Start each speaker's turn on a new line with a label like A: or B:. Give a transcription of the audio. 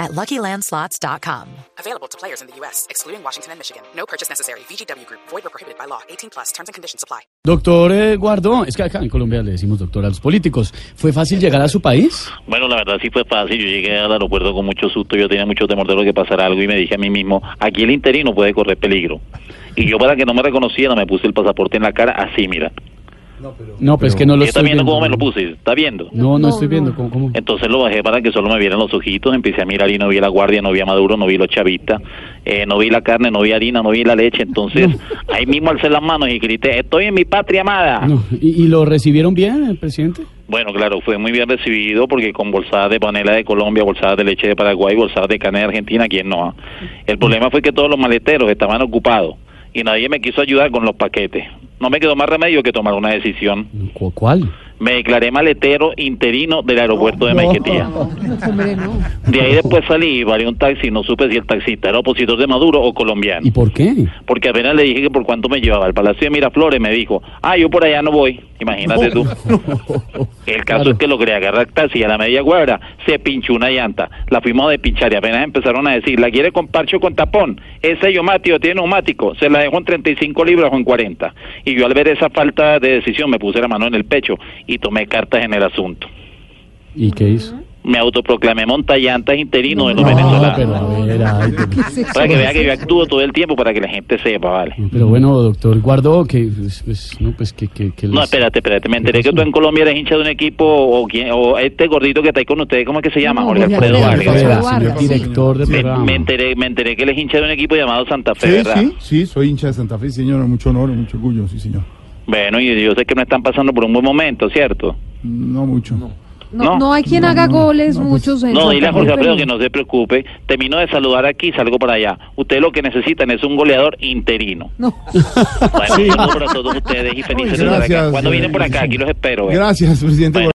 A: at luckylandslots.com.
B: Available to players in the U.S., excluding Washington and Michigan. No purchase necessary. VGW Group, void or prohibited by law. 18 plus terms and conditions apply.
C: Doctor eh, Guardó, es que acá en Colombia le decimos doctor a los políticos. ¿Fue fácil llegar a su país?
D: Bueno, la verdad sí fue fácil. Yo llegué al aeropuerto con mucho susto. Yo tenía mucho temor de lo que pasara algo y me dije a mí mismo, aquí el interino puede correr peligro. Y yo para que no me reconociera me puse el pasaporte en la cara así, mira.
C: No, pues es que no lo
D: Yo está
C: estoy
D: viendo
C: viendo.
D: cómo me lo puse, está viendo.
C: No, no estoy viendo. ¿Cómo, cómo?
D: Entonces lo bajé para que solo me vieran los ojitos, empecé a mirar y no vi a la guardia, no vi a Maduro, no vi los chavistas, eh, no vi la carne, no vi harina, no vi la leche. Entonces ahí mismo alcé las manos y grité, estoy en mi patria amada.
C: No, ¿Y, y lo recibieron bien el presidente?
D: Bueno, claro, fue muy bien recibido porque con bolsadas de panela de Colombia, bolsadas de leche de Paraguay, bolsadas de carne de Argentina, ¿quién no? ah? El problema fue que todos los maleteros estaban ocupados y nadie me quiso ayudar con los paquetes. No me quedó más remedio que tomar una decisión.
C: ¿Cu- ¿Cuál?
D: Me declaré maletero interino del aeropuerto de Maiquetía. De ahí después salí y varé un taxi y no supe si el taxista era opositor de Maduro o colombiano.
C: ¿Y por qué?
D: Porque apenas le dije que por cuánto me llevaba al Palacio de Miraflores, me dijo, ah, yo por allá no voy, imagínate tú. El caso
C: Claro.
D: es que logré agarrar taxi y a la media cuadra se pinchó una llanta. La fuimos a despinchar y apenas empezaron a decir, ¿la quiere con parche o con tapón? Ese yomático tiene neumático, se la dejo en 35 libras o en 40. Y yo al ver esa falta de decisión me puse la mano en el pecho y tomé cartas en el asunto.
C: ¿Y qué hizo?
D: Me autoproclamé montallantas interino de los
C: No,
D: venezolanos.
C: pero a ver, ay, pero-
D: Para que vea que yo actúo todo el tiempo para que la gente sepa, ¿vale?
C: pero bueno, doctor Guardó, que pues, pues, no, pues que, que, que
D: No,
C: les-
D: espérate, espérate. Me enteré que tú en Colombia eres hincha de un equipo o, quién- o este gordito que está ahí con ustedes, ¿cómo es que se llama?
E: No,
D: Jorge
E: Jorge
D: Alfredo
E: Alfredo
C: Guarda,
D: Vargas.
E: Vargas.
C: Guarda,
E: Guarda,
C: señor director del
D: Me,
C: programa.
D: me enteré, me enteré que él es hincha de un equipo llamado Santa Fe,
F: Sí,
D: ¿verdad?
F: sí, sí, soy hincha de Santa Fe, señor, mucho honor, mucho orgullo, sí, señor.
D: Bueno, y yo sé que no están pasando por un buen momento, ¿cierto?
F: No mucho.
E: No,
D: No.
E: no, hay quien haga goles muchos en
D: No,
E: Santa
D: dile a Jorge
E: Fe,
D: Alfredo que
E: pero-
D: no se preocupe. Termino de saludar aquí, salgo para allá. Ustedes lo que necesitan es un goleador interino.
E: No.
D: Bueno, un saludo para todos ustedes y felices de estar acá.
F: Gracias,
D: Cuando vienen por acá,
F: eh,
D: aquí los espero. ¿eh?
F: Gracias, presidente.
D: Bueno.